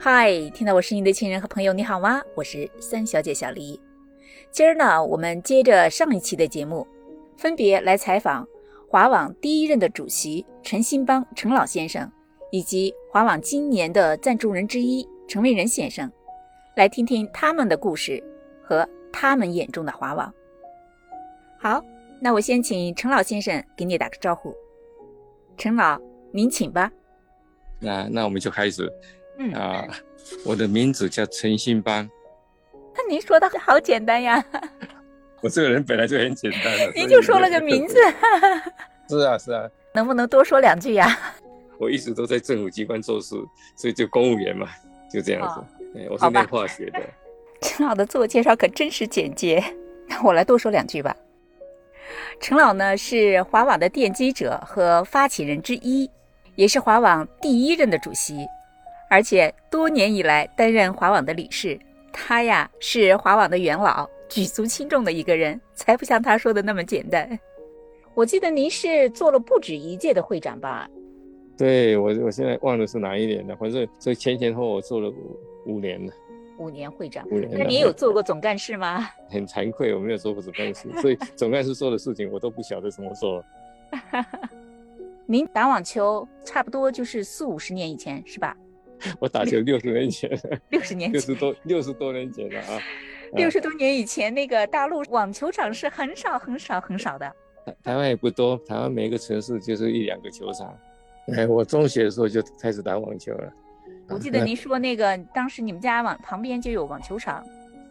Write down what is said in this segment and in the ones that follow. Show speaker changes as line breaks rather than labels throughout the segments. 嗨，听到我声音的亲人和朋友，你好吗？我是三小姐小黎。今儿呢，我们接着上一期的节目，分别来采访华网第一任的主席陈新邦陈老先生，以及华网今年的赞助人之一陈为仁先生，来听听他们的故事和他们眼中的华网。好，那我先请陈老先生给你打个招呼。陈老，您请吧。
那那我们就开始
嗯，
啊、我的名字叫陈兴邦，
那您说的好简单呀，
我这个人本来就很简单 的，
您
所以
就说了 个名字，
没有特别。是啊是啊，
能不能多说两句呀？
我一直都在政府机关做事，所以就公务员嘛，就这样子。哎，我
好
是
吧
念化学的，
陈老的自我介绍可真是简洁，那我来多说两句吧。陈老呢是华网的奠基者和发起人之一，也是华网第一任的主席，而且多年以来担任华网的理事。他呀是华网的元老，举足轻重的一个人，才不像他说的那么简单。我记得您是做了不止一届的会长吧？
对我我现在忘了是哪一年了，反正所以前前后后我做了五五年了，
五年会长，
五年了。
那您有做过总干事吗？
很惭愧，我没有做过总干事，所以总干事做的事情我都不晓得怎么做。
您打网球差不多就是四五十年以前是吧？
我打球六十年前，
六十年
六
前，
十多六十多年前了啊。
六十多年以前，那个大陆网球场是很少很少很少的。
台湾也不多，台湾每个城市就是一两个球场。哎，我中学的时候就开始打网球了。
我记得您说那个当时你们家网旁边就有网球场，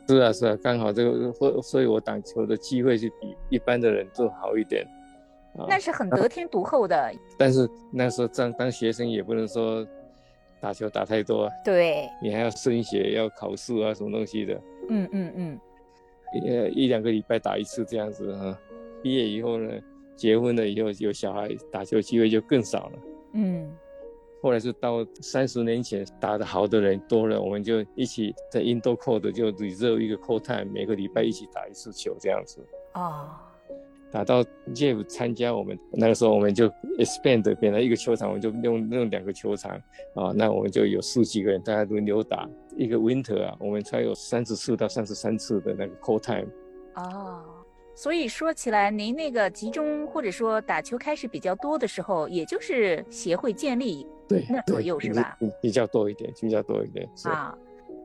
是啊，是啊，刚好这个，所所以我打球的机会就比一般的人都好一点。啊
那是很得天独厚的。
但是那时候当当学生也不能说打球打太多啊，
对，
你还要升学、要考试啊，什么东西的，
嗯嗯嗯，
呃，一两个礼拜打一次这样子啊。毕业以后呢，结婚了以后有小孩，打球机会就更少了。
嗯，
后来是到三十年前打得好的人多了，我们就一起在 indoor court 就 reserve 一个 court time，每个礼拜一起打一次球这样子。
哦，
打到 Jeff 参加我们那个时候，我们就 expand 变成一个球场，我们就用用两个球场啊，那我们就有十几个人，大家轮流打。一个 winter 啊，我们才有三十次到三十三次的那个 court time。
哦，所以说起来，您那个集中或者说打球开始比较多的时候，也就是协会建立
对，
那左右是吧
对？比比较多一点，比较多一点。是
啊。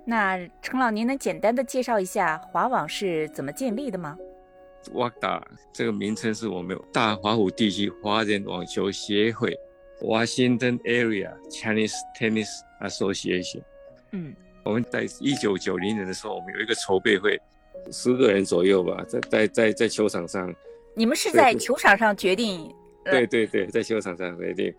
那程老，您能简单的介绍一下华网是怎么建立的吗？
WADA 这个名称是我们大华湖地区华人网球协会 Washington Area Chinese Tennis Association。
嗯，
我们在一九九零年的时候，我们有一个筹备会，十个人左右吧，在在在在球场上，
你们是
对
在
对
球场上决定
对对对，在球场上决定，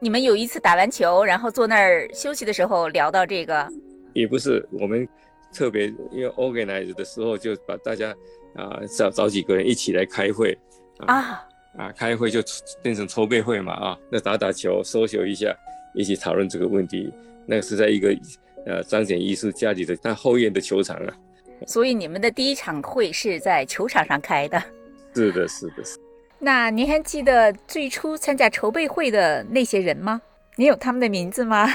你们有一次打完球，然后坐那儿休息的时候聊到这个，
也不是我们特别因为 organize 的时候就把大家啊、找找几个人一起来开会
啊，
啊，开会就变成筹备会嘛啊，那打打球，搜索一下，一起讨论这个问题。那是在一个呃张显医师家里的那后院的球场啊，
所以你们的第一场会是在球场上开的。
是的，是的，是的
那您还记得最初参加筹备会的那些人吗？您有他们的名字吗？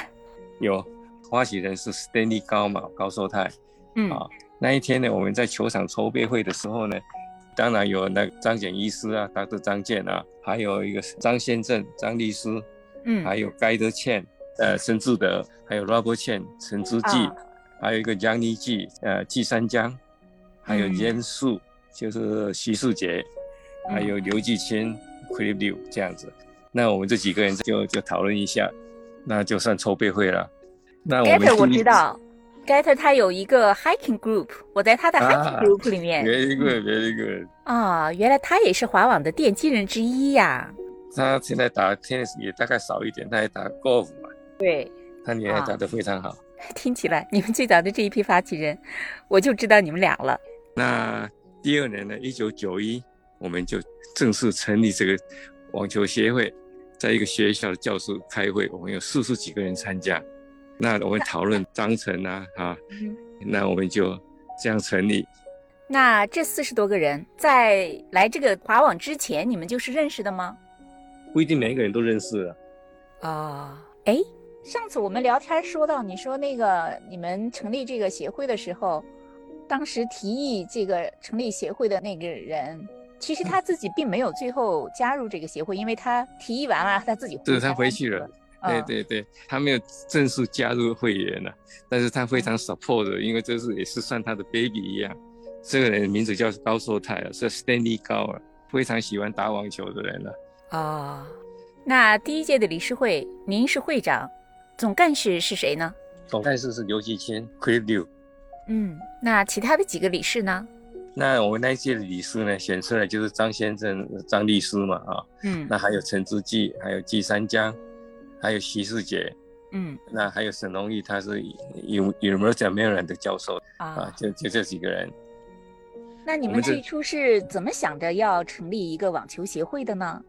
有花旗人是 Stanley 高嘛高寿泰。
嗯
啊那一天呢，我们在球场筹备会的时候呢，当然有那个张显医师啊，他是张健啊，还有一个张先正、张律师，还
嗯
有盖德倩、呃沈志德，还有 Robert 倩、陈之记，
啊
还有一个江立记、呃季三江，还有
嗯
严树，就是徐世杰，
嗯
还有刘继清、Cliff Liu 这样子。那我们这几个人就就讨论一下，那就算筹备会了。那我们
，Gator 嗯我
第一
知，道，Gator 他有一个 hiking group，我在他的
啊
hiking group 里面
别一个别一个，
啊、原来他也是华网的奠基人之一呀。
他现在打 tennis 也大概少一点，他也打 golf 嘛，
对，啊
他女儿打得非常好。
听起来你们最早的这一批发起人，我就知道你们俩了。
那第二年呢，一九九一，我们就正式成立这个网球协会，在一个学校的教室开会，我们有四十几个人参加。那我们讨论章程啊，啊，那我们就这样成立。
那这四十多个人在来这个华网之前，你们就是认识的吗？
啊不一定每一个人都认识了，
啊、哎，上次我们聊天说到，你说那个你们成立这个协会的时候，当时提议这个成立协会的那个人，其实他自己并没有最后加入这个协会，因为他提议完了，他自己回
是他
家
回去了。对
嗯，
对对，他没有正式加入会员了、但是他非常 support，的因为这是也是算他的 baby 一样。这个人名字叫高寿泰啊，是 Stanley 高啊，非常喜欢打网球的人了、
啊、那第一届的理事会，您是会长，总干事是谁呢？
总干事是刘继谦 c r e Liu。
嗯，那其他的几个理事呢？
那我们那一届的理事呢，选出来就是张先生、张律师嘛啊，
嗯
那还有陈之记，还有季三江，还有徐世杰，
嗯
那还有沈荣义，他是 U University of Maryland 的教授啊
啊，，
就就这几个人。
那你
我
们
们这
最初是怎么想着要成立一个网球协会的呢？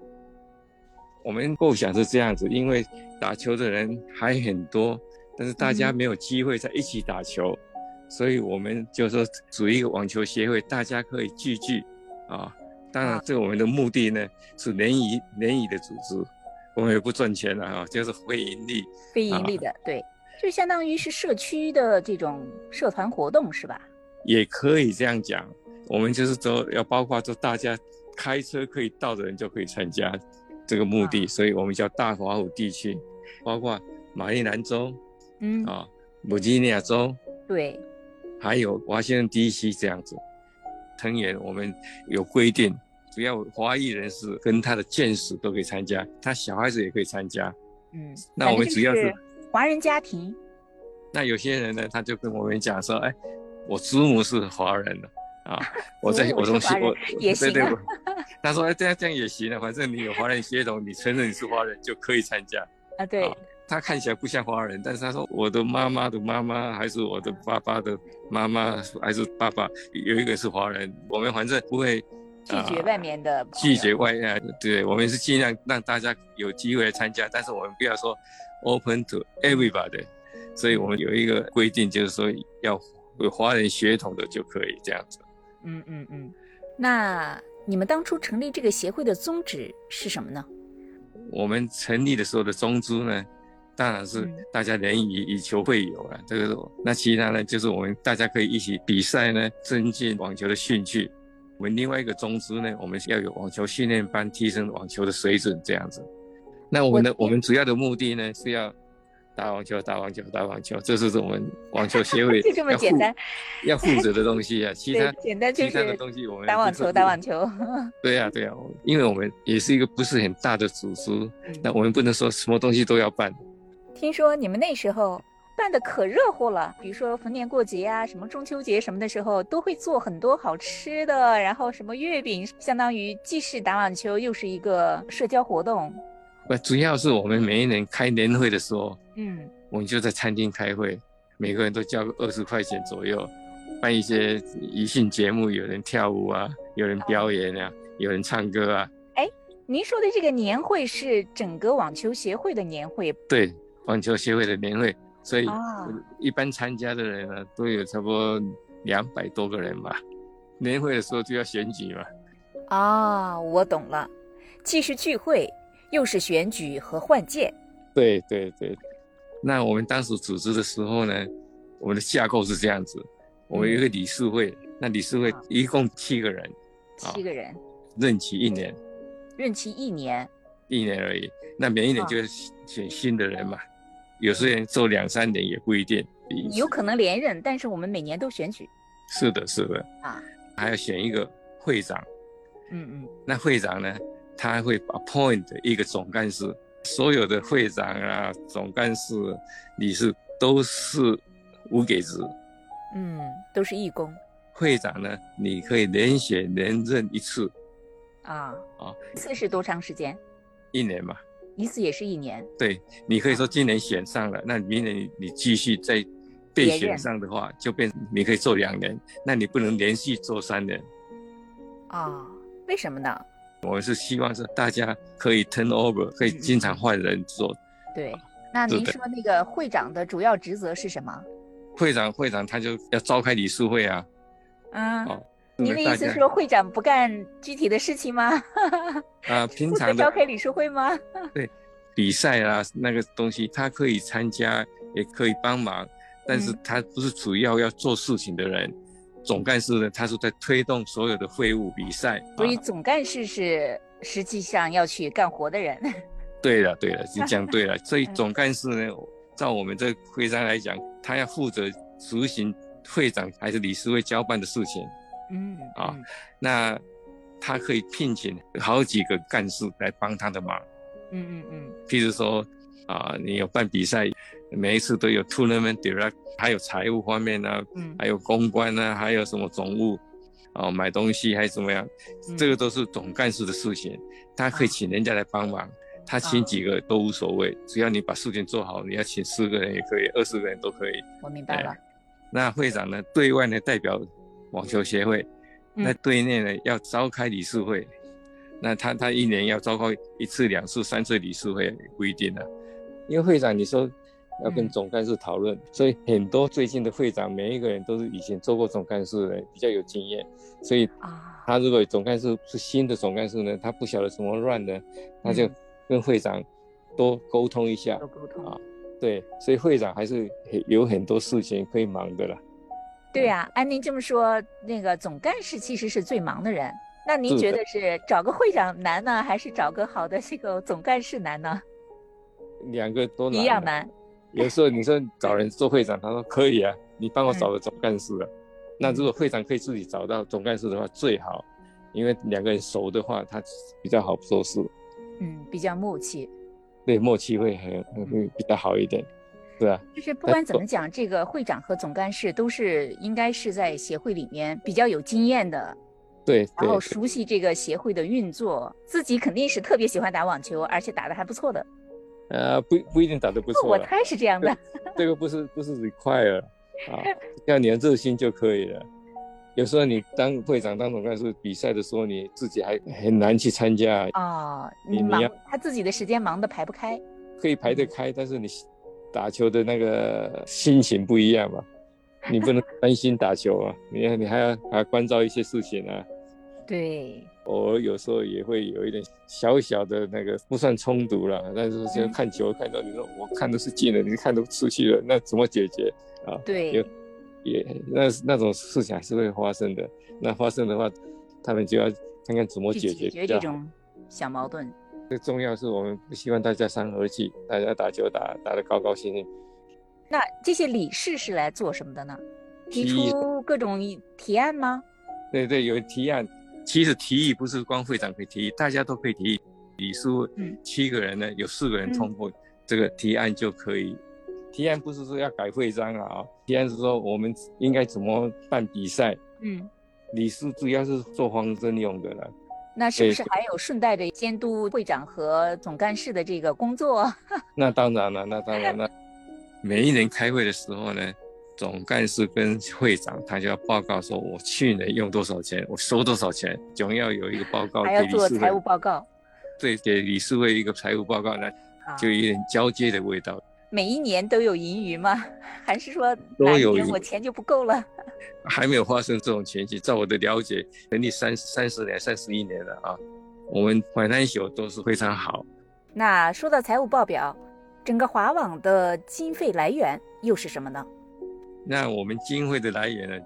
我们构想是这样子，因为打球的人还很多，但是大家
嗯
没有机会在一起打球，所以我们就说组一个网球协会，大家可以聚聚啊。当然
啊，
这个我们的目的呢是联谊联谊的组织，我们也不赚钱了啊，就是非盈利。
非
啊
盈利的，对，就相当于是社区的这种社团活动是吧？
也可以这样讲，我们就是说要包括说大家开车可以到的人就可以参加这个目的，
啊
所以我们叫大华府地区，包括马里兰州
嗯，
啊、弗吉尼亚州，
对，
还有华盛顿 DC 这样子。成员我们有规定，只要华裔人士跟他的眷属都可以参加，他小孩子也可以参加。
嗯，
那
反
我们
正
只要
就是华人家庭，
那有些人呢，他就跟我们讲说，哎，我祖母是华人的啊，我在
祖母
我
是
从
华人
我
也
对
行
对
啊，
我 他说哎这样这样也行啊，反正你有华人血统，你承认你是华人就可以参加。
啊，对，
啊他看起来不像华人，但是他说我的妈妈的妈妈还是我的爸爸的妈妈还是爸爸有一个是华人，我们反正不会
拒绝
啊
外面的朋
拒
友
绝外啊，对我们是尽量让大家有机会来参加，但是我们不要说 open to everybody，所以我们有一个规定，就是说要有华人血统的就可以这样子。
嗯嗯嗯，那你们当初成立这个协会的宗旨是什么呢？
我们成立的时候的宗旨呢，当然是
嗯
大家联谊以球会友啊，这个是我那其他呢，就是我们大家可以一起比赛呢，增进网球的兴趣。我们另外一个宗旨呢，我们要有网球训练班，提升网球的水准，这样子。那我们的
我
我们主要的目的呢是要打网球，打网球，打网球，这是我们网球协 会
就这么
要负
简单，
要负责的东 西啊。其他
对，简单就
其他的
是
东西我们
打网
不是
球，打网球。
对呀、对呀、啊因为我们也是一个不是很大的组织，
嗯
那我们不能说什么东西都要办。
听说你们那时候办的可热乎了，比如说逢年过节啊，什么中秋节什么的时候，都会做很多好吃的，然后什么月饼，相当于既是打网球，又是一个社交活动。
那主要是我们每一年开年会的时候，
嗯，
我们就在餐厅开会，每个人都交个二十块钱左右，办一些娱乐节目，有人跳舞啊，有人表演啊，有人唱歌啊。
您说的这个年会是整个网球协会的年会
对，网球协会的年会，所以
啊
一般参加的人呢、啊都有差不多两百多个人吧。年会的时候就要选举嘛，
啊、我懂了，既是聚会，又是选举和换届。
对对对，那我们当时组织的时候呢，我们的架构是这样子，我们有一个理事会，那理事会
啊
一共七个人，啊
七个人，
任期一年，
任期一年。
一年而已。那每一年
啊
就要选新的人嘛，有些人做两三年也不一定。
有可能连任，但是我们每年都选举
是的，是的，
啊。
还要选一个会长。
嗯
那会长呢，他会 appoint 一个总干事，所有的会长啊、总干事、理事都是无给职。
嗯嗯，都是义工
会长呢，你可以连选连任一次，
啊。
啊，
一次是多长时间？
一年嘛。
一次也是一年。
对，你可以说今年选上了，那明年你你继续再被
连任
选上的话，就变你可以做两年，那你不能连续做三年。
啊、为什么呢？
我们是希望是大家可以 turn over，可以
嗯嗯
经常换人做。
对，那您
是的
说那个会长的主要职责是什么？
会长会长他就要召开理事会啊，
嗯，
哦
您的意
大
思
家
说会长不干具体的事情吗？
啊、平
不
常啊
能
的
召开理事会吗？
对，比赛啊那个东西，他可以参加，也可以帮忙，但是
嗯
他不是主要要做事情的人。总干事呢，他是在推动所有的会务比赛。
所以
啊、
总干事是实际上要去干活的人。
对了对了，你讲对了。所以
嗯
总干事呢，照我们这个会上来讲，他要负责执行会长还是理事会交办的事情。
嗯
啊那他可以聘请好几个干事来帮他的忙，
嗯嗯嗯
譬如说啊，你有办比赛，每一次都有 tournament direct，还有财务方面啊，
嗯
还有公关啊，还有什么总务哦，买东西还是怎么样，
嗯啊
这个都是总干事的事情，他可以请人家来帮忙。他请几个都无所谓，只要你把事情做好，你要请四个人也可以，二十个人都可以。
嗯，我明白
哎
了。
那会长呢，对外呢代表网球协会，
嗯
那对内呢要召开理事会，那他他一年要召开一次、两次、三次理事会不一定啊，因为会长你说要跟
嗯
总干事讨论，所以很多最近的会长每一个人都是以前做过总干事的人，比较有经验，所以
啊，
他如果总干事是新的总干事呢，他不晓得怎么乱呢，那就
嗯
跟会长多沟通一下，
有沟通
啊对，所以会长还是很有很多事情可以忙的啦。
对呀、按您这么说，那个总干事其实是最忙的人。那您
是
觉
的
得是找个会长难呢，还是找个好的这个总干事难呢？
两个都难、
一样。难。
有时候你说找人做会长，他说可以啊，你帮我找个总干事啊。
嗯
那如果会长可以自己找到总干事的话，最好，因为两个人熟的话，他比较好做事，
嗯，比较默契。
对默契会很会比较好一点，是啊，
就是不管怎么讲，这个会长和总干事都是应该是在协会里面比较有经验的，
对
然
对
后熟悉这个协会的运作，自己肯定是特别喜欢打网球，而且打得还不错的。哦
呃，不不一定打得不错
我
了，
猜是这样的。
这个不是不是 require 啊，要你的热心就可以了。有时候你当会长、当总干事比赛的时候，你自己还很难去参加，啊
哦，
你
你
你
忙
要
他自己的时间忙得排不开。
可以排得
嗯
开，但是你打球的那个心情不一 样嘛，你不能专心打球啊，你你还要还要关照一些事情啊，
对，
偶尔有时候也会有一点小小的那个不算冲突了，但是就
嗯
看球看到你说我看都是进了，你看都出去了，那怎么解决啊？
对
有，也那那种事情还是会发生的，那发生的话，他们就要看看怎么
去
解
解
决
决
比
这
较好。
种小矛盾。
最重要是我们不希望大家伤和气，大家打球打打得高高兴兴。
那这些理事是来做什么的呢？提
提议
出各种提案吗？
对对，有提案。其实提议不是光会长可以提议，大家都可以提议。理事会
嗯
七个人呢，有四个人通过这个提案就可以。提案不是说要改会章啊、啊提案是说我们应该怎么办比赛。
嗯，
理事主要是做方针用的了。
那是不
对
是还有顺带着监督会长和总干事的这个工作？
那当然了，那当然了。每一年开会的时候呢，总干事跟会长他就要报告说，我去年用多少钱，我收多少钱，总要有一个报告
还要
给理
做
事
财
会
务报告
对，给理事会一个财务报告呢，
啊？
就有点交接的味道。
每一年都有盈余吗？ 还是说
都
哪一
有
年
盈
我钱就不够了？
还没有发生这种情形，照我的了解，成立三三十年、三十一年了啊，我们 financial 都是非常好。
那说到财务报表，整个华网的经费来源又是什么呢？
那我们经费的来源呢，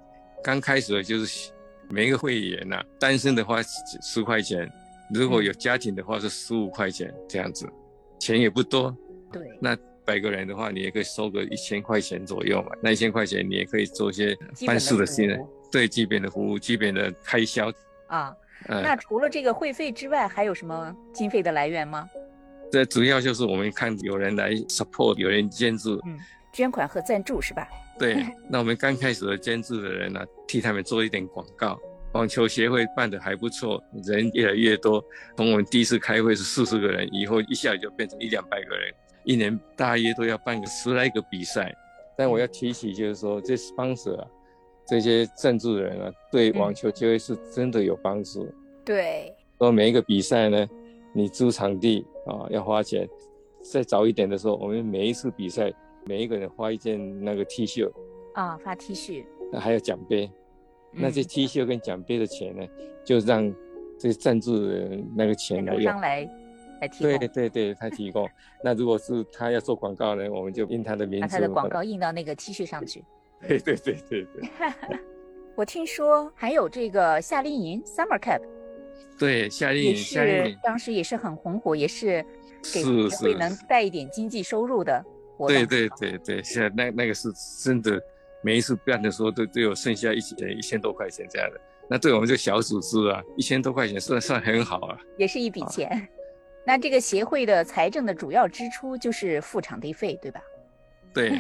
刚开始就是每一个会员呐、单身的话十十块钱，如果有家庭的话是十五块钱这样子，钱也不多，
对，
那百个人的话，你也可以收个一千块钱左右嘛。那一千块钱你也可以做一些
基本
办
的
事的
服
信任
务，
对基本的服务、基本的开销。
啊，那
呃，
除了这个会费之外，还有什么经费的来源吗？
这主要就是我们看有人来 support，有人监制。
捐款和赞助是吧？
对，那我们刚开始的监制的人呢、替他们做一点广告。网球协会办得还不错，人越来越多。从我们第一次开会是四十个人，以后一下就变成一两百个人，一年大约都要办个十来个比赛。但我要提起就是说，这 sponsor 啊，这些赞助人啊，对
嗯
网球协会是真的有帮助。
对，
说每一个比赛呢，你租场地啊要花钱。再早一点的时候，我们每一次比赛，每一个人花一件那个 T 恤，
啊，发 T 恤，
那还有奖杯。那这
嗯
T 恤跟奖杯的钱呢，就让这赞助人那个钱
赞
来
助
用
商。来来来提
对
供，
对对，他提供。那如果是他要做广告呢，我们就印他的名
把
字。
他的广告印到那个 T 恤上去。
对对对对对。
我听说还有这个夏令营 Summer Camp，
对，夏令
也
营，夏令
是
营，
当时也是很红火，也是给
是
学会
是
能带一点经济收入的活动。
对对对对，现在那那个是真的，每一次办的时候都都有剩下一千一千多块钱这样的。那对我们这个小组织啊，一千多块钱算算很好啊。
也是一笔
啊
钱。那这个协会的财政的主要支出就是付场地费，对吧？
对，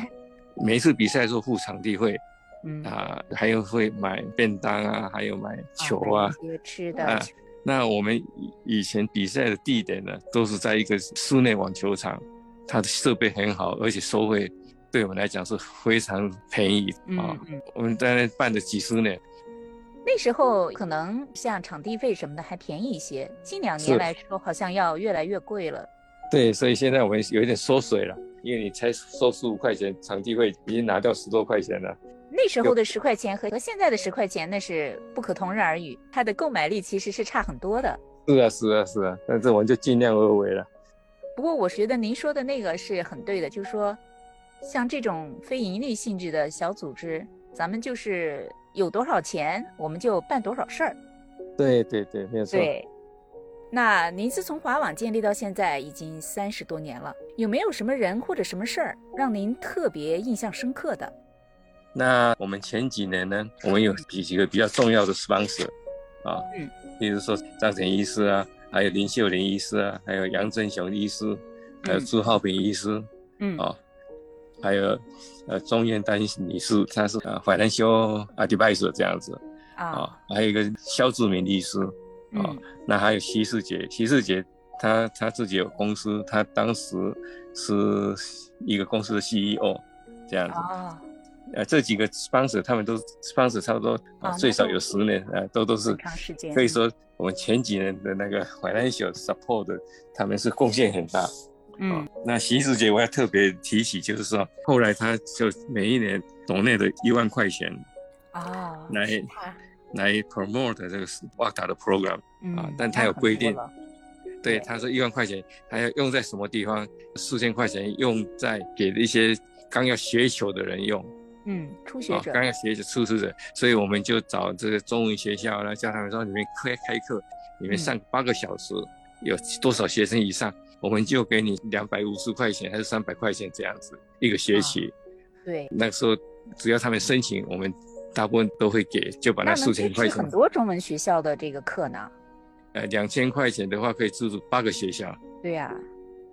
每一次比赛的时候付场地费
嗯，
啊，还有会买便当啊，还有买球
买
啊。
一些吃的、
啊那我们以以前比赛的地点呢，都是在一个室内网球场，它的设备很好，而且收费对我们来讲是非常便宜
嗯
啊。
嗯，
我们在那办了几十年。
那时候可能像场地费什么的还便宜一些，近两年
是
来说好像要越来越贵了。
对，所以现在我们有一点缩水了，因为你才收十五块钱，场地费已经拿掉十多块钱了。
那时候的十块钱和和现在的十块钱那是不可同日而语，它的购买力其实是差很多的。
是啊，是啊，是啊，但是我们就尽量而为了。
不过我觉得您说的那个是很对的，就是说，像这种非盈利性质的小组织，咱们就是有多少钱我们就办多少事儿。
对对对，没有错。
对。那您自从华网建立到现在已经三十多年了，有没有什么人或者什么事儿让您特别印象深刻的？
那我们前几年呢，我们有几几个比较重要的 sponsor 啊，
嗯，
比如说张晨医师啊，还有林秀莲医师啊，还有杨振雄医师，还有
嗯
朱浩平医师，
嗯
哦还有呃钟燕丹女士，她是呃 financial advisor 这样子
啊
啊，还有一个肖志明律师，
嗯
那还有徐世杰，徐世杰他他自己有公司，他当时是一个公司的 CEO，这样子。
啊
呃，这几个 sponsor 他们都 sponsor 差不多
啊
啊，
那
最少
都
有十年啊，都都是
很长时间嗯
可以说我们前几年的那个 financial support，他们是贡献很大。哦
嗯
那徐世杰我要特别提起，就是说后来他就每一年国内的一万块钱
啊，
来
是他
来 promote 这个瓦达的 program。
嗯
啊，但他
那
有
很
规
多
定
了，对
对，他说一万块钱，他要用在什么地方？四千块钱用在给一些刚要学球的人用
嗯，初学
啊，
者
刚要学球初学者，所以我们就找这个中文学校呢，叫他们说你们开开课，
嗯
你们上八个小时，有多少学生以上，我们就给你两百五十块钱还是三百块钱这样子一个学期。
啊对，
那时候只要他们申请，我们大部分都会给，就把
那
那
能
四
支
千
持
块钱
很，多中文学校的这个课呢。
呃，两千块钱的话可以资助八个学校。
对呀、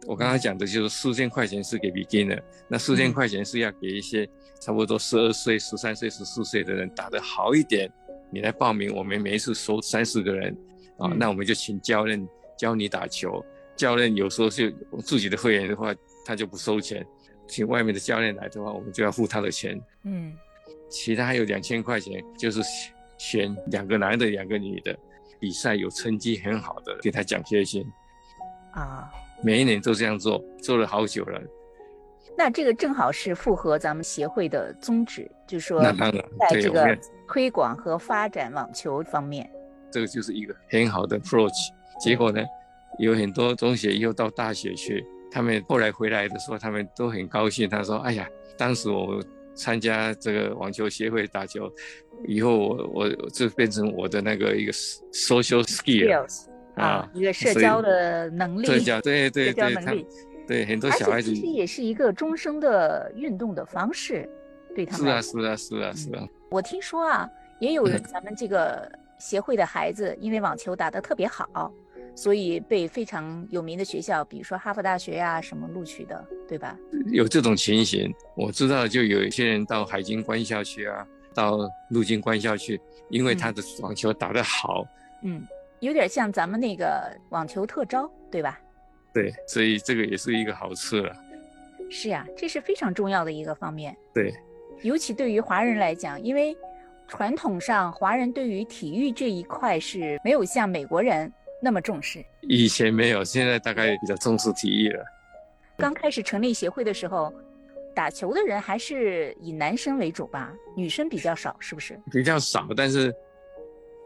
我刚刚讲的就是四千块钱是给 beginner，那四千块钱是要给一些差不多十二岁、十三岁、十四岁的人打得好一点，你来报名，我们每一次收三四个人啊，
嗯
那我们就请教练教你打球，教练有时候是自己的会员的话，他就不收钱，请外面的教练来的话，我们就要付他的钱，
嗯，
其他还有两千块钱，就是选两个男的、两个女的，比赛有成绩很好的，给他奖学金，
啊，
每一年都这样做，做了好久了。
那这个正好是符合咱们协会的宗旨，就是说
那当然
在
对
这
我
个
们
推广和发展网球方面，
这个就是一个很好的 approach。结果呢，有很多中学又到大学去，他们后来回来的时候，他们都很高兴。他说：“哎呀，当时我参加这个网球协会打球，以后我我我这变成我的那个一个 social skill
skills 啊
啊，，
一个社
所以
交的能力，
社交对
社
对
交
对，
能
他
力，
对很多
而
小孩
且
子
其实也是一个终生的运动的方式，对他
是
们嗯来
啊
说。
是啊是啊是啊，
我听说啊，也有
嗯
咱们这个协会的孩子，因为网球打得特别好，所以被非常有名的学校，比如说哈佛大学呀、什么录取的，对吧？
有这种情形，我知道就有一些人到海军官校去啊，到陆军官校去，因为他的网球打得好。
嗯，有点像咱们那个网球特招，对吧？
对，所以这个也是一个好处了。
是呀、这是非常重要的一个方面。
对，
尤其对于华人来讲，因为传统上华人对于体育这一块是没有像美国人那么重视。
以前没有，现在大概比较重视体育了。
刚开始成立协会的时候，打球的人还是以男生为主吧，女生比较少，是不是？
比较少，但是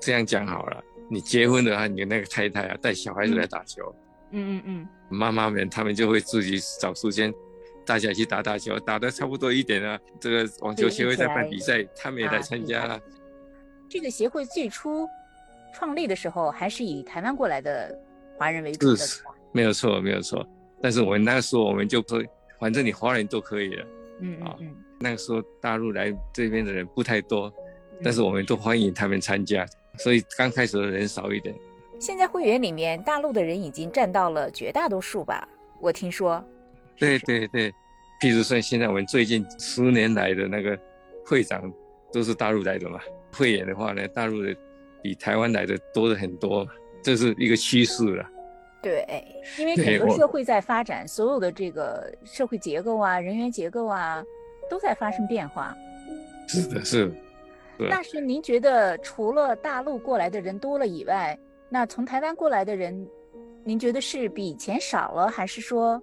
这样讲好了，你结婚的话，你那个太太啊，带小孩子来打球，
嗯嗯嗯，
妈妈们她们就会自己找时间，大家去打打球，打的差不多一点了、这个网球协会在办比赛，他们也来参加啊了。
这个协会最初创立的时候还是以台湾过来的华人为主的，
是
是吧
没有错，没有错。但是我们那个时候我们就说，反正你华人都可以了。
嗯嗯
啊
嗯，
那个时候大陆来这边的人不太多，
嗯
但是我们都欢迎他们参加，所以刚开始的人少一点。
现在会员里面大陆的人已经占到了绝大多数吧？我听说，是不
对
是，
对对，譬如说现在我们最近十年来的那个会长都是大陆来的嘛，会员的话呢，大陆的比台湾来的多的很多，这是一个趋势了。
对，因为整
对
个
我
社会在发展，所有的这个社会结构啊、人员结构啊，都在发生变化。
是的，是的。对
但是您觉得，除了大陆过来的人多了以外，那从台湾过来的人，您觉得是比以前少了，还是说，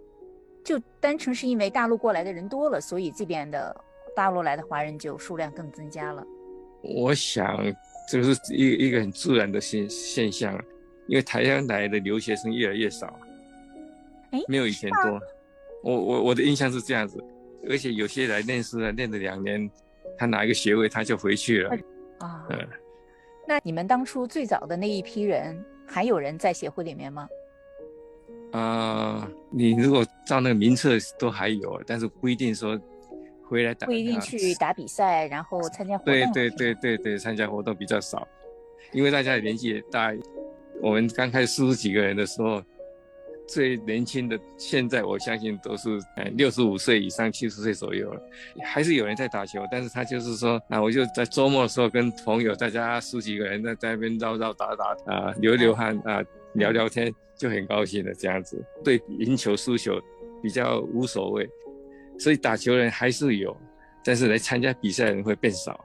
就单纯是因为大陆过来的人多了，所以这边的大陆来的华人就数量更增加了？
我想这是一个一个很自然的现现象，啊因为台湾来的留学生越来越少，啊
哎
没有以前
是
多。我我我的印象是这样子，而且有些来念书啊的，念了两年，他拿一个学位他就回去了。
啊，
嗯
那你们当初最早的那一批人，还有人在协会里面吗？
啊、你如果照那个名册都还有，但是不一定说回来打。
不一定
啊
去打比赛，然后参加活动
对
啊。
对对对对，参加活动比较少，因为大家年纪也大。我们刚开始四十几个人的时候，最年轻的现在我相信都是呃六十五岁以上、七十岁左右了，还是有人在打球，但是他就是说啊，我就在周末的时候跟朋友大家十几个人在在那边绕绕打打啊、流流汗啊、聊聊天，就很高兴的这样子。对赢球输球比较无所谓，所以打球人还是有，但是来参加比赛的人会变少。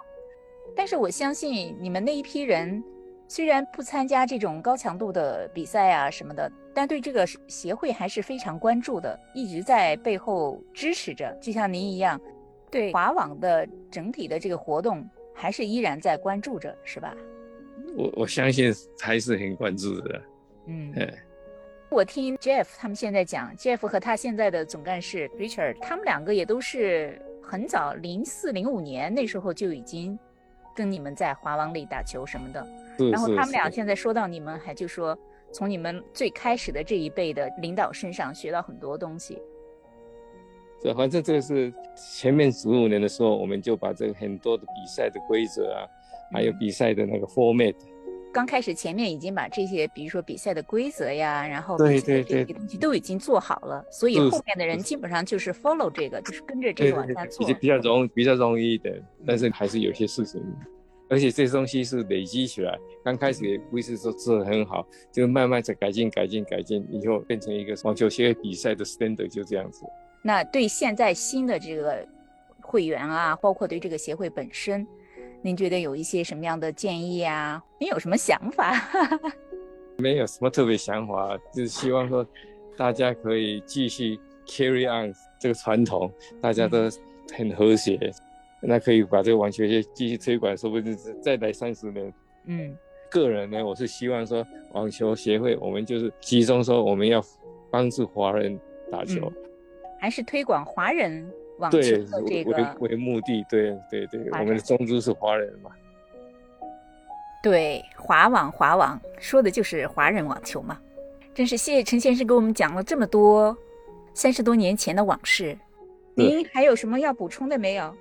但是我相信你们那一批人，虽然不参加这种高强度的比赛啊什么的，但对这个协会还是非常关注的，一直在背后支持着，就像您一样，对华网的整体的这个活动还是依然在关注着，是吧？
我我相信还是很关注的。
嗯，
哎
我听 Jeff 他们现在讲，Jeff 和他现在的总干事 Richard，他们两个也都是很早，零四零五年那时候就已经跟你们在华网里打球什么的。
是
然后
是
他们俩
是
现在说到你们，还就说从你们最开始的这一辈的领导身上学到很多东西。
对，反正这个是前面十五年的时候，我们就把这个很多的比赛的规则啊，还有比赛的那个 format，
刚开始前面已经把这些，比如说比赛的规则呀，然后
对
比赛的
对
这些
对
东西都已经做好了，所以
是
后面的人基本上就是 follow 这个，就是跟着这
对
个往
对
下
对
做
比。较比较容易比较容易一点，但是还是有些事情。而且这东西是累积起来，刚开始也不是说做的很好，就慢慢在改进、改进、改进，以后变成一个网球协会比赛的 standard 就这样子。
那对现在新的这个会员啊，包括对这个协会本身，您觉得有一些什么样的建议啊？您有什么想法？
没有什么特别想法，就是希望说大家可以继续 carry on 这个传统，大家
嗯
都很和谐，那可以把这个网球业继续推广，说不定是再来三十年。
嗯
个人呢，我是希望说网球协会，我们就是集中说我们要帮助华人打球
嗯，，还是推广华人网球
对，
的这
为
个
为为目的，对对对，
发
我们的宗主是华人嘛，
对，华网华网说的就是华人网球嘛。真是谢谢陈先生给我们讲了这么多三十多年前的往事。
对
您还有什么要补充的没有？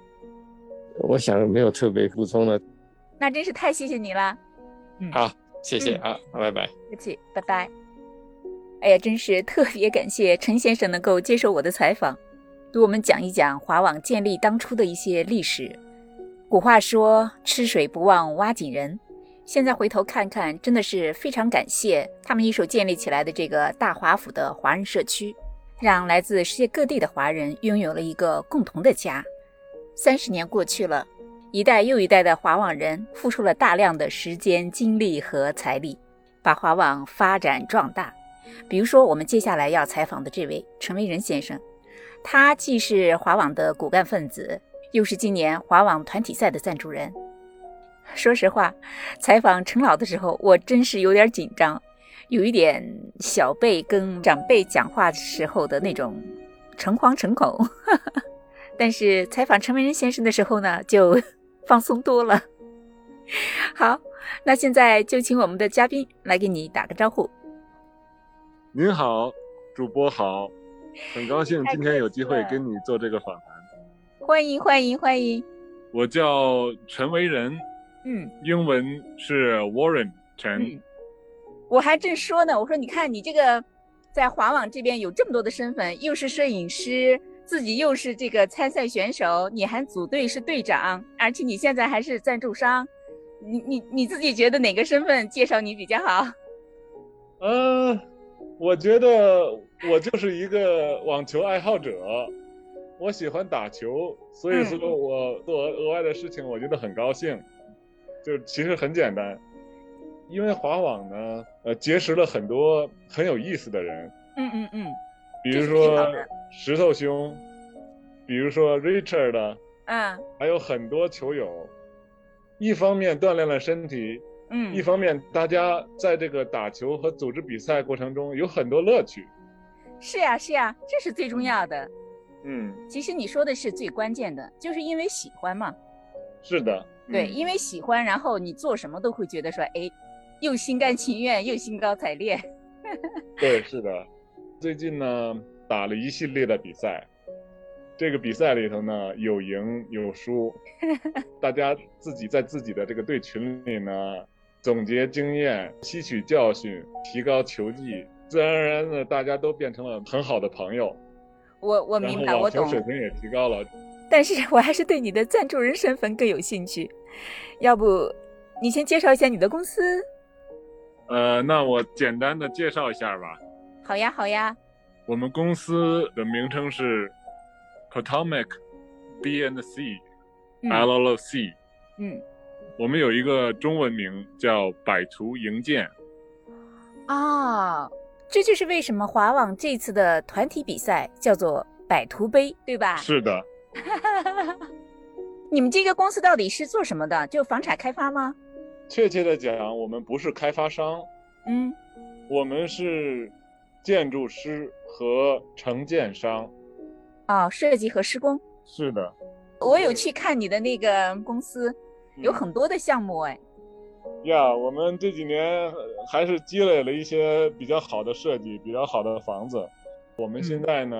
我想没有特别补充的，
那真是太谢谢你了，
好，谢谢
嗯
啊，拜拜。
不客气，拜拜。哎呀，真是特别感谢陈先生能够接受我的采访，给我们讲一讲华网建立当初的一些历史。古话说“吃水不忘挖井人”，现在回头看看，真的是非常感谢他们一手建立起来的这个大华府的华人社区，让来自世界各地的华人拥有了一个共同的家。三十年过去了，一代又一代的华网人付出了大量的时间、精力和财力，把华网发展壮大。比如说，我们接下来要采访的这位陈维仁先生，他既是华网的骨干分子，又是今年华网团体赛的赞助人。说实话，采访陈老的时候，我真是有点紧张，有一点小辈跟长辈讲话时候的那种诚惶诚恐， 但是采访陈文仁先生的时候呢，就 放松多了。 好，那现在就请我们的嘉宾来给你打个招呼。
您好，主播好，很高兴今天有机会跟你做这个访谈。
欢迎欢迎欢迎！
我叫陈维仁，
嗯
英文是 Warren 陈
嗯。，我还正说呢，我说你看你这个在华网这边有这么多的身份，又是摄影师，自己又是这个参赛选手，你还组队是队长，而且你现在还是赞助商，你你你自己觉得哪个身份介绍你比较好？
嗯，我觉得我就是一个网球爱好者，我喜欢打球，所以说我做额外的事情，我觉得很高兴。就其实很简单，因为华网呢，呃，结识了很多很有意思的人，
嗯嗯嗯
比
这
如
是最好
说
的
石头兄，比如说 Richard 啊
嗯
还有很多球友。一方面锻炼了身体，一
嗯，
方面大家在这个打球和组织比赛过程中有很多乐趣。
是呀、是呀、这是最重要的。
嗯，
其实你说的是最关键的，就是因为喜欢嘛。
是的，
对，
嗯
因为喜欢，然后你做什么都会觉得说，哎，又心甘情愿，又兴高采烈。
对，是的。最近呢，打了一系列的比赛，这个比赛里头呢，有赢有 输，大家自己在自己的这个队群里呢，总结经验，吸取教训，提高球技，自然而然的，大家都变成了很好的朋友，
我我
然
明
后
白，我
网
懂
球。水平也提高了。
但是我还是对你的赞助人身份更有兴趣。要不，你先介绍一下你的公司？
呃，那我简单的介绍一下吧。
好呀，好呀。
我们公司的名称是 Potomac B and C
嗯
LLC，、
嗯
我们有一个中文名叫百图营建。
啊，这就是为什么华网这次的团体比赛叫做百图杯，对吧？
是的，
你们这个公司到底是做什么的？就房产开发吗？
确切的讲，我们不是开发商，
嗯，
我们是建筑师和承建商。
哦，设计和施工。
是的，
我有去看你的那个公司，有很多的项目哎。
呀，我们这几年还是积累了一些比较好的设计、比较好的房子。我们现在呢，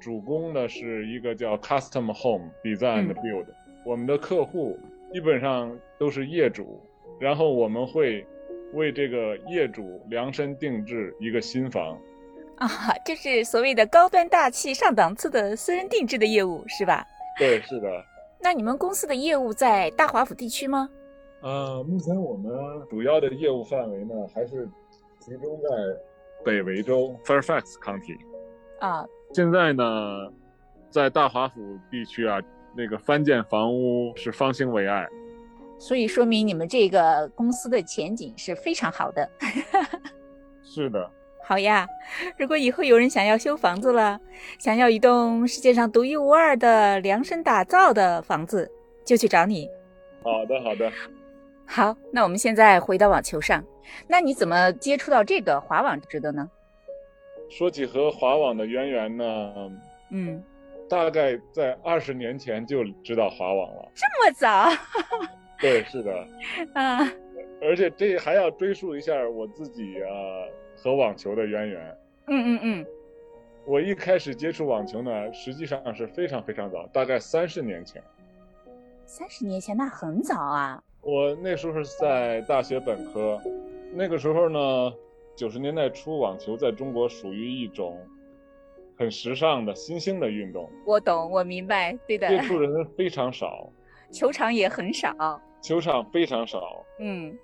主攻的是一个叫 Custom Home Design
嗯
Build，、我们的客户基本上都是业主，然后我们会为这个业主量身定制一个新房。
啊， 就是所谓的高端大气、上档次的私人定制的业务，是吧？
对，是的。
那你们公司的业务在大华府地区吗？
呃，目前我们主要的业务范围呢，还是集中在北维州 Fairfax County。
啊，
现在呢，在大华府地区啊，那个翻建房屋是方兴未艾。
所以说明你们这个公司的前景是非常好的。
是的，
好呀，如果以后有人想要修房子了，想要一栋世界上独一无二的量身打造的房子，就去找你。
好的，好的。
好，那我们现在回到网球上，那你怎么接触到这个华网制的呢？
说起和华网的渊源呢，
嗯，
大概在二十年前就知道华网了。
这么早
对，是的，
啊？
而且这还要追溯一下我自己啊和网球的渊源。
嗯嗯嗯，
我一开始接触网球呢，实际上是非常非常早，大概三十年前。
三十年前那很早啊。
我那时候是在大学本科，那个时候呢，九十年代初，网球在中国属于一种很时尚的新兴的运动，
我懂，我明白，对的
接触人非常少，
球场也很少。
球场非常少。
嗯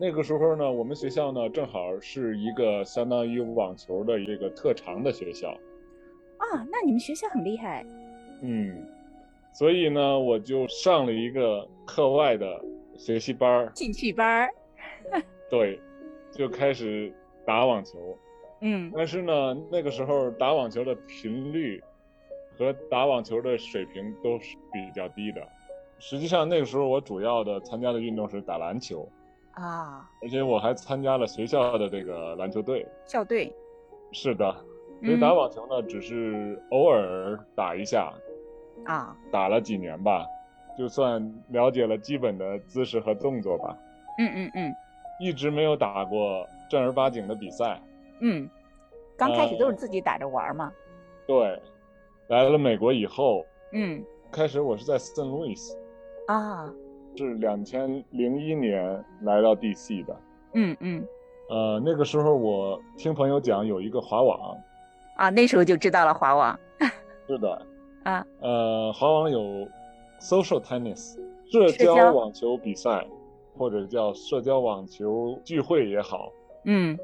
那个时候呢，我们学校呢正好是一个相当于网球的这个特长的学校，
啊，那你们学校很厉害。
嗯，所以呢，我就上了一个课外的学习班儿，
兴趣班儿。
对，就开始打网球。
嗯
但是呢，那个时候打网球的频率和打网球的水平都是比较低的。实际上，那个时候我主要的参加的运动是打篮球，
啊，
而且我还参加了学校的这个篮球队。
校队，
是的，所以
嗯
打网球呢，只是偶尔打一下，
啊，
打了几年吧，就算了解了基本的姿势和动作吧。
嗯嗯嗯
一直没有打过正儿八经的比赛。
嗯，刚
啊
开始都是自己打着玩儿嘛，
对，来了美国以后，
嗯
开始我是在 St. Louis，
啊，
是两千零一年来到 DC 的。
嗯嗯
呃，那个时候我听朋友讲有一个滑网，
啊，那时候就知道了滑网
是的，
啊，
呃，滑网有 social tennis 社
社交
交网球比赛，或者叫社交网球聚会也好。
嗯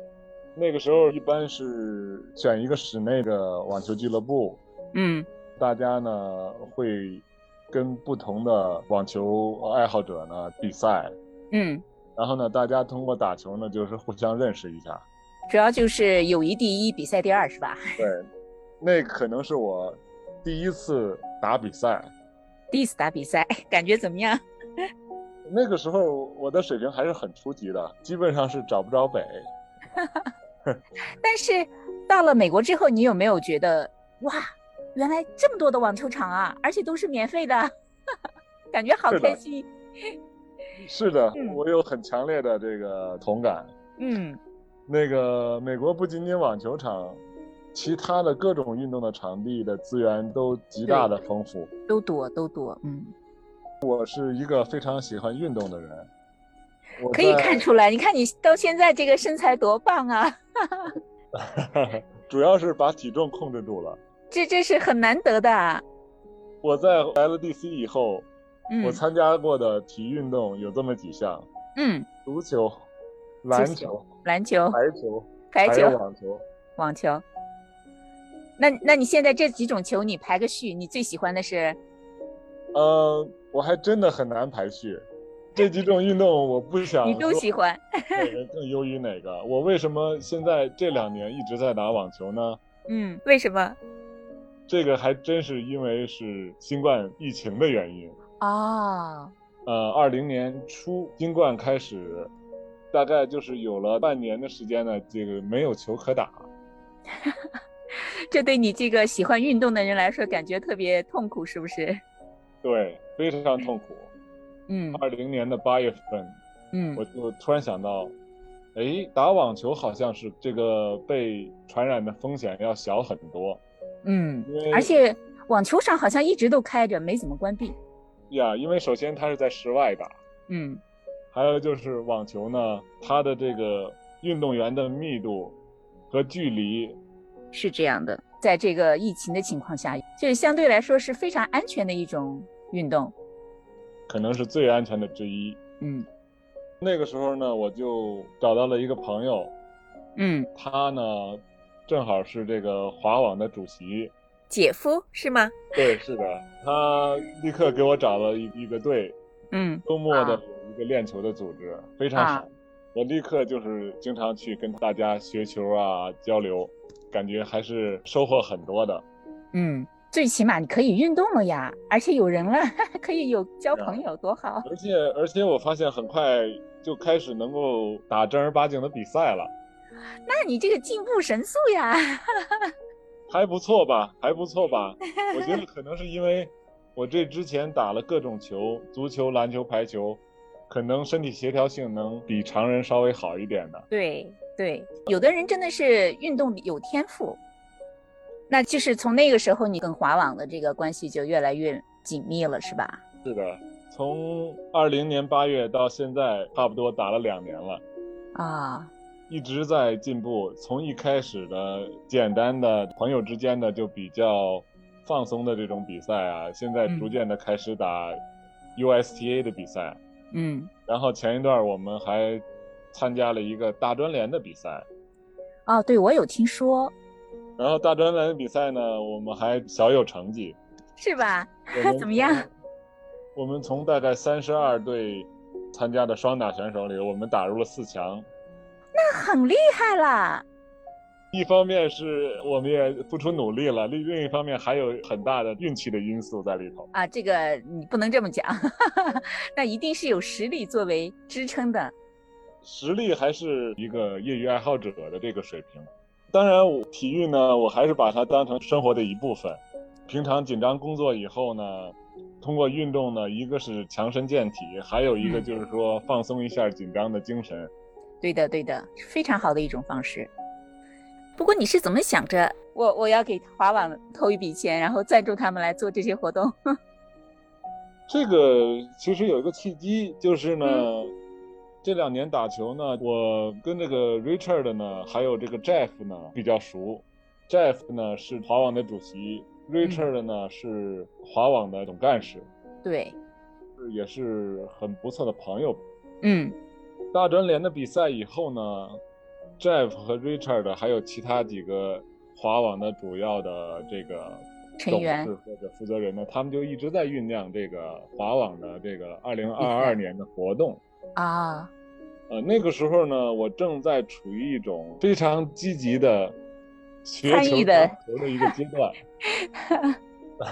那个时候一般是选一个室内的网球俱乐部，
嗯
大家呢会跟不同的网球爱好者呢比赛，
嗯，
然后呢，大家通过打球呢就是互相认识一下。
主要就是友谊第一，比赛第二是吧？
对，那可能是我第一次打比赛，
第一次打比赛，感觉怎么样？
那个时候我的水平还是很初级的，基本上是找不着北。
但是到了美国之后，你有没有觉得哇，原来这么多的网球场啊，而且都是免费的， 感觉好
是的
开心。
是的
嗯，
我有很强烈的这个同感。
嗯
那个美国不仅仅网球场，其他的各种运动的场地的资源都极大的丰富。，
都多都多，嗯，
我是一个非常喜欢运动的人，我
可以
在
看出来，你看你到现在这个身材多棒啊，
主要是把体重控制住了。
这这是很难得的啊。
我在来了 DC 以后，
嗯
我参加过的体育运动有这么几项：
嗯，
足球、篮
足
球
球、篮球、
排球、
排
还有
球、
网球。
网球。那那你现在这几种球，你排个序，你最喜欢的是
嗯，我还真的很难排序。这几种运动我不想
你都
说
喜欢？
哪个更优于哪个。我为什么现在这两年一直在打网球呢？
嗯，为什么？
这个还真是因为是新冠疫情的原因。
哦，
呃，二零年初新冠开始，大概就是有了半年的时间呢，这个没有球可打。
这对你这个喜欢运动的人来说，感觉特别痛苦，是不是？
对，非常痛苦。
嗯
二零年的八月份，
嗯
啊我就突然想到，哎，打网球好像是这个被传染的风险要小很多，
嗯，
因为
而且网球场好像一直都开着，没怎么关闭。
呀，因为首先它是在室外打，
嗯
还有就是网球呢，它的这个运动员的密度和距离，
是这样的，在这个疫情的情况下，就是相对来说是非常安全的一种运动。
可能是最安全的之一。
嗯
那个时候呢，我就找到了一个朋友，
嗯，
他呢正好是这个华网的主席，
姐夫是吗？
对，是的，他立刻给我找了一一个队，
嗯
周末的
啊
有一个练球的组织，非常好
啊，
我立刻就是经常去跟大家学球啊交流，感觉还是收获很多的。
嗯，最起码你可以运动了呀，而且有人了， 可以有交
啊
朋友，多好。
而且而且我发现很快就开始能够打正儿八经的比赛了，
那你这个进步神速呀！
还不错吧，还不错 吧。我觉得可能是因为我这之前打了各种球，足球、篮球、排球，可能身体协调性能比常人稍微好一点的。
对对，有的人真的是运动有天赋，那就是从那个时候你跟华网的这个关系就越来越紧密了，是吧？
是的，从二零年八月到现在，差不多打了两年了，
啊，
一直在进步。从一开始的简单的朋友之间的就比较放松的这种比赛啊，现在
嗯
逐渐的开始打 USTA 的比赛。
嗯
然后前一段我们还参加了一个大专联的比赛，
啊，对我有听说，
然后大专联的比赛呢，我们还小有成绩。
是吧？
我 们
怎么样？
我们从大概三十二队参加的双打选手里，我们打入了四强。
很厉害啦！
一方面是我们也付出努力了，另另一方面还有很大的运气的因素在里头。
啊，这 个你不能这么讲，那一定是有实力作为支撑的。
实力还是一个业余爱好者的这个水平。当然，我体育呢，我还是把它当成生活的一部分。平常紧张工作以后呢，通过运动呢，一个是强身健体，还有一个就是说放松一下紧张的精神。
对的，对的，是非常好的一种方式。不过你是怎么想着我我要给华网投一笔钱，然后赞助他们来做这些活动？
这个其实有一个契机，就是呢，这两年打球呢，我跟这个 Richard 呢，还有这个 Jeff 呢比较熟。Jeff 呢是华网的主席，Richard 呢是华网的总干事，
对，
是也是很不错的朋友。
嗯
大专联的比赛以后呢，Jeff 和 Richard 还有其他几个华网的主要的这个
成
董
员
事或者负责人呢，他们就一直在酝酿这个华网的这个二零二二年的活动。
啊，
呃，那个时候呢，我正在处于一种非常积极的学
参
球
与的
打球的一个阶段，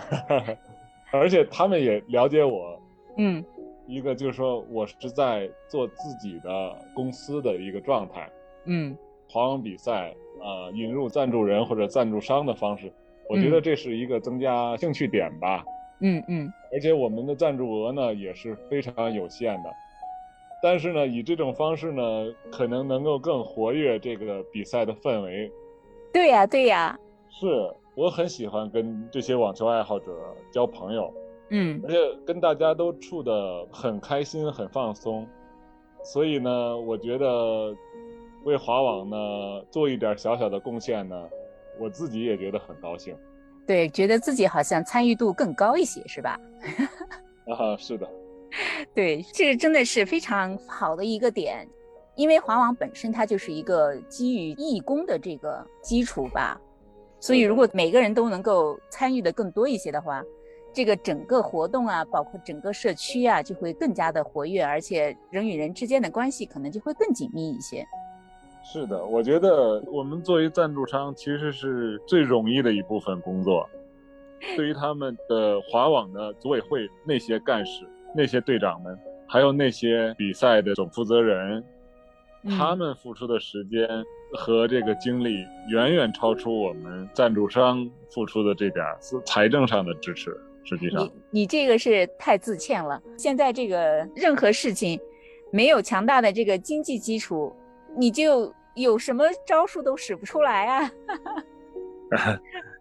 而且他们也了解我，
嗯
一个就是说我是在做自己的公司的一个状态。
嗯
华网比赛啊、呃引入赞助人或者赞助商的方式，我觉得
嗯
这是一个增加兴趣点吧。
嗯嗯，
而且我们的赞助额呢也是非常有限的，但是呢，以这种方式呢，可能能够更活跃这个比赛的氛围。
对呀、对呀、
是我很喜欢跟这些网球爱好者交朋友，
嗯
而且跟大家都处得很开心、很放松，所以呢，我觉得为华网呢做一点小小的贡献呢，我自己也觉得很高兴
对，觉得自己好像参与度更高一些，是吧？
啊。是的，
对，这真的是非常好的一个点，因为华网本身它就是一个基于义工的这个基础吧，所以如果每个人都能够参与的更多一些的话，这个整个活动啊，包括整个社区啊，就会更加的活跃，而且人与人之间的关系可能就会更紧密一些。
是的，我觉得我们作为赞助商其实是最容易的一部分工作。对于他们的华网的组委会那些干事、那些队长们，还有那些比赛的总负责人，他们付出的时间和这个精力远远超出我们赞助商付出的这点儿财政上的支持。实际上
你，你这个是太自欠了。现在这个任何事情，没有强大的这个经济基础，你就有什么招数都使不出来啊。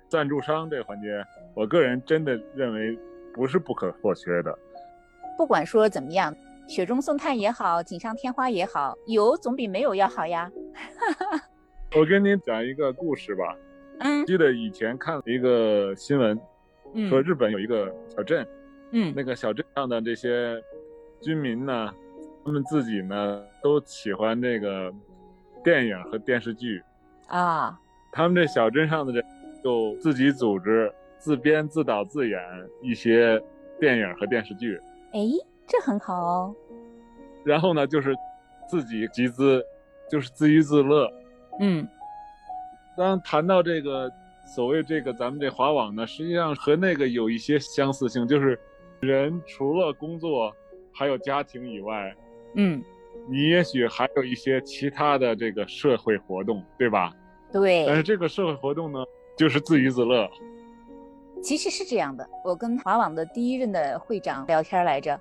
赞助商这个环节，我个人真的认为不是不可或缺的。
不管说怎么样，雪中送炭也好，锦上添花也好，有总比没有要好呀。
我跟您讲一个故事吧。
嗯
记得以前看了一个新闻，说
嗯
日本有一个小镇，
嗯
那个小镇上的这些居民呢，他们自己呢都喜欢这个电影和电视剧，
啊，
他们这小镇上的人就自己组织、自编、自导、自演一些电影和电视剧，
哎，这很好哦。
然后呢就是自己集资，就是自娱自乐。
嗯
当谈到这个所谓这个咱们这华网呢，实际上和那个有一些相似性，就是人除了工作还有家庭以外，
嗯，
你也许还有一些其他的这个社会活动，对吧？但是
对，
这个社会活动呢，就是自娱自乐。
其实是这样的。我跟华网的第一任的会长聊天来着，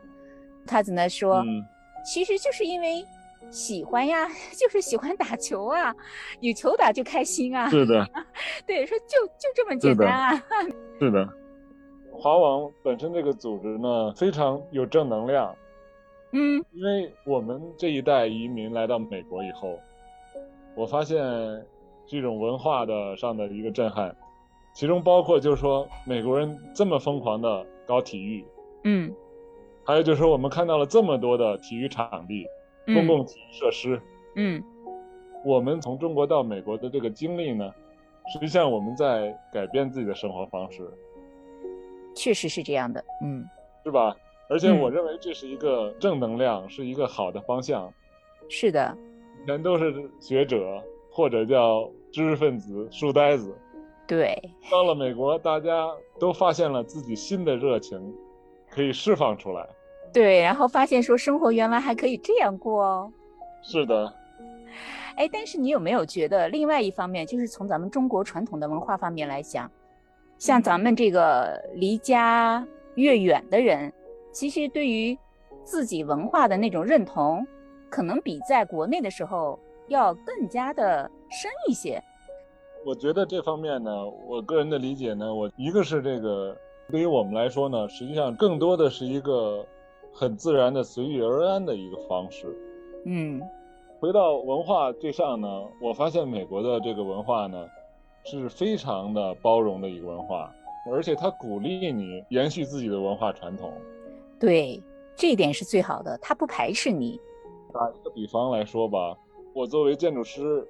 他怎么说？
嗯，
其实就是因为喜欢呀， 就是喜欢打球啊，有球打就开心啊。
是的，
对，说就就这么简单啊。
是的。华网本身这个组织呢，非常有正能量，
嗯
因为我们这一代移民来到美国以后，我发现这种文化的上的一个震撼，其中包括就是说美国人这么疯狂的搞体育，
嗯，
还有就是说我们看到了这么多的体育场地、公共体育设施。
嗯
我们从中国到美国的这个经历呢，实际上我们在改变自己的生活方式，
嗯，确实是这样的。嗯，
是吧？而且
嗯
我认为这是一个正能量，是一个好的方向。
是的，
以前都是学者或者叫知识分子、书呆子，
对，
到了美国，大家都发现了自己新的热情，可以释放出来。
对，然后发现说生活原来还可以这样过哦。
是的，
哎，但是你有没有觉得，另外一方面就是从咱们中国传统的文化方面来讲，像咱们这个离家越远的人，其实对于自己文化的那种认同，可能比在国内的时候要更加的深一些。
我觉得这方面呢，我个人的理解呢，我一个是这个对于我们来说呢，实际上更多的是一个很自然的随遇而安的一个方式。
嗯
回到文化这上呢，我发现美国的这个文化呢，是非常的包容的一个文化，而且它鼓励你延续自己的文化传统。
对，这一点是最好的，他不排斥你。
打一个比方来说吧，我作为建筑师，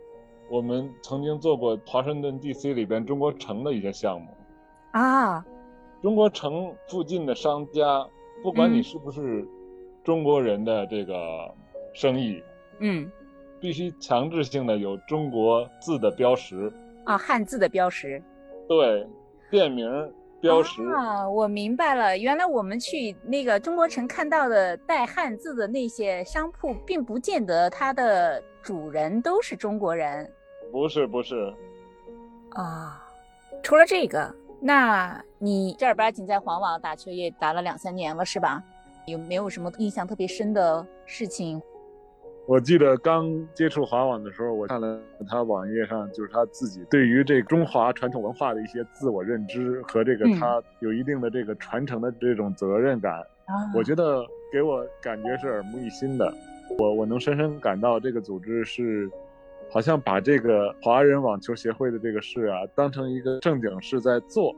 我们曾经做过华盛顿 D.C. 里边中国城的一些项目。
啊，
中国城附近的商家，不管你
嗯
是不是中国人的这个生意，
嗯，
必须强制性的有中国字的标识，
啊，汉字的标识，
对，店名儿标识。
啊，我明白了，原来我们去那个中国城看到的带汉字的那些商铺，并不见得它的主人都是中国人
不是不是，
啊。除了这个，那你正儿八经在黄网打球也打了两三年了，是吧？有没有什么印象特别深的事情？
我记得刚接触华网的时候，我看了他网页上就是他自己对于这中华传统文化的一些自我认知和这个
嗯
他有一定的这个传承的这种责任感，
啊
我觉得给我感觉是耳目一新的。我我能深深感到这个组织是。好像把这个华人网球协会的这个事啊，当成一个正经事在做，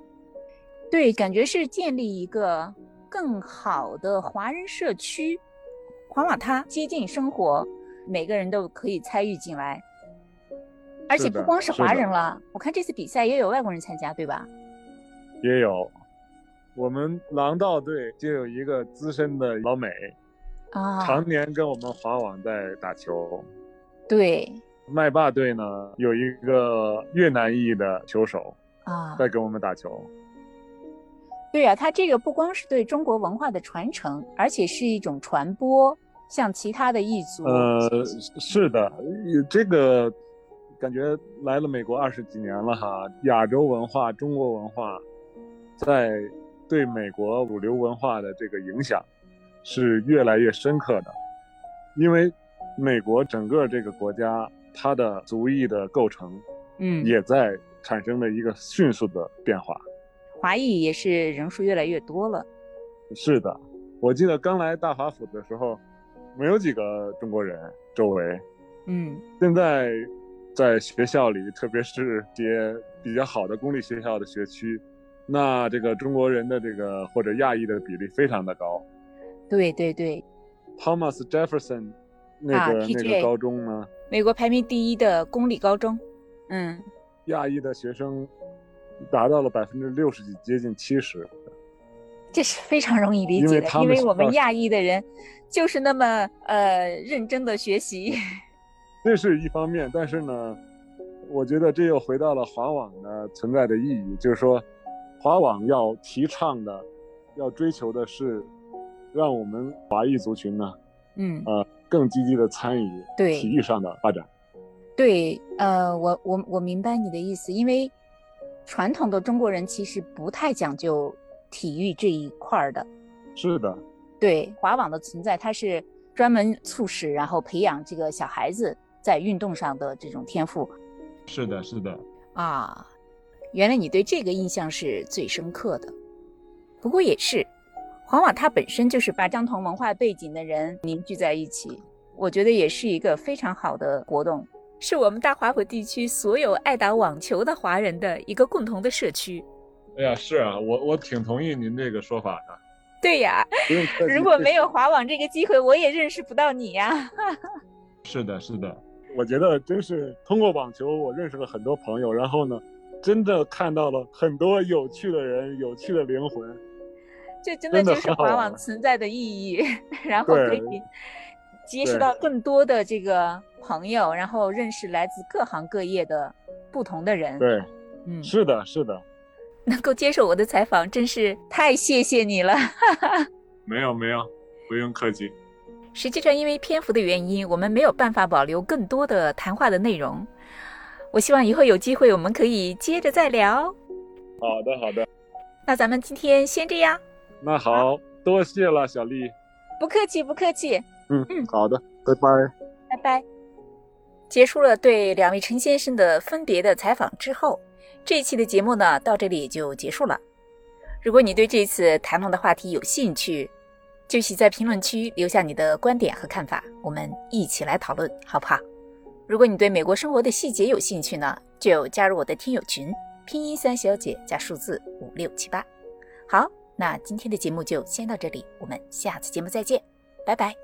对，感觉是建立一个更好的华人社区，华瓦他接近生活，每个人都可以参与进来。而且
是
不
的
光是
是
华
的
人了，我看这次比赛也有外国人参加，对吧？
也有。我们廊道队就有一个资深的老美，
啊，
常年跟我们华网在打球。
对
麦霸队呢有一个越南裔的球手
啊，
在跟我们打球，
对啊，它这个不光是对中国文化的传承，而且是一种传播，向其他的异族。
呃，是的，这个感觉来了美国二十几年了哈，亚洲文化、中国文化在对美国主流文化的这个影响是越来越深刻的，因为美国整个这个国家它的族裔的构成
嗯，
也在产生了一个迅速的变化。
华裔也是人数越来越多了。
是的，我记得刚来大法府的时候，没有几个中国人周围。
嗯，
现在在学校里，特别是一些比较好的公立学校的学区，那这个中国人的这个或者亚裔的比例非常的高。
对对对，
Thomas Jefferson 那个、
啊
那
TJ
个高中呢，
美国排名第一的公立高中。嗯。
亚裔的学生达到了百分之六十几，接近七十。
这是非常容易理解
因为
的，
他
因
们
为
是
我们
靠
亚裔的人就是那么呃认真的学习。
这是一方面，但是呢，我觉得这又回到了华网的存在的意义，就是说，华网要提倡的、要追求的是，让我们华裔族群呢
嗯，
更积极的参与
对
体育上的发展。
对，呃，我我我明白你的意思，因为传统的中国人其实不太讲究体育这一块儿的。
是的，
对，华网的存在，它是专门促使然后培养这个小孩子在运动上的这种天赋
是的，是的。
啊。原来你对这个印象是最深刻的，不过也是，黄网它本身就是把相同文化背景的人凝聚在一起，我觉得也是一个非常好的活动，是我们大华府地区所有爱打网球的华人的一个共同的社区。
哎呀，是啊，我我挺同意您这个说法的。
对呀，
不用客 气
如果没有华网这个机会，我也认识不到你呀。
是的，是的，我觉得真是通过网球，我认识了很多朋友，然后呢，真的看到了很多有趣的人、有趣的灵魂。
这真的
真的
就是
很好
华
玩
网存在的意义， 然后可
对
以结识
对
到更多的这个朋友，然后认识来自各行各业的不同的人。
对，
嗯，
是的，是的。
能够接受我的采 访，真是太谢谢你了。
没有没有，不用客气。
实际上，因为篇幅的原因，我们没有办法保留更多的谈话的内容。我希望以后有机会，我们可以接着再聊。
好的，好的，
那咱们今天先这样，
那好，多谢了，小丽。
不客气，不客气，
嗯
嗯，
好的，拜拜。
拜拜。结束了对两位陈先生的分别的采访之后，这一期的节目呢到这里也就结束了。如果你对这次谈论的话题有兴趣，就请在评论区留下你的观点和看法，我们一起来讨论，好不好？如果你对美国生活的细节有兴趣呢，就加入我的听友群，拼音三小姐加数字五六七八。好，那今天的节目就先到这里，我们下次节目再见，拜拜。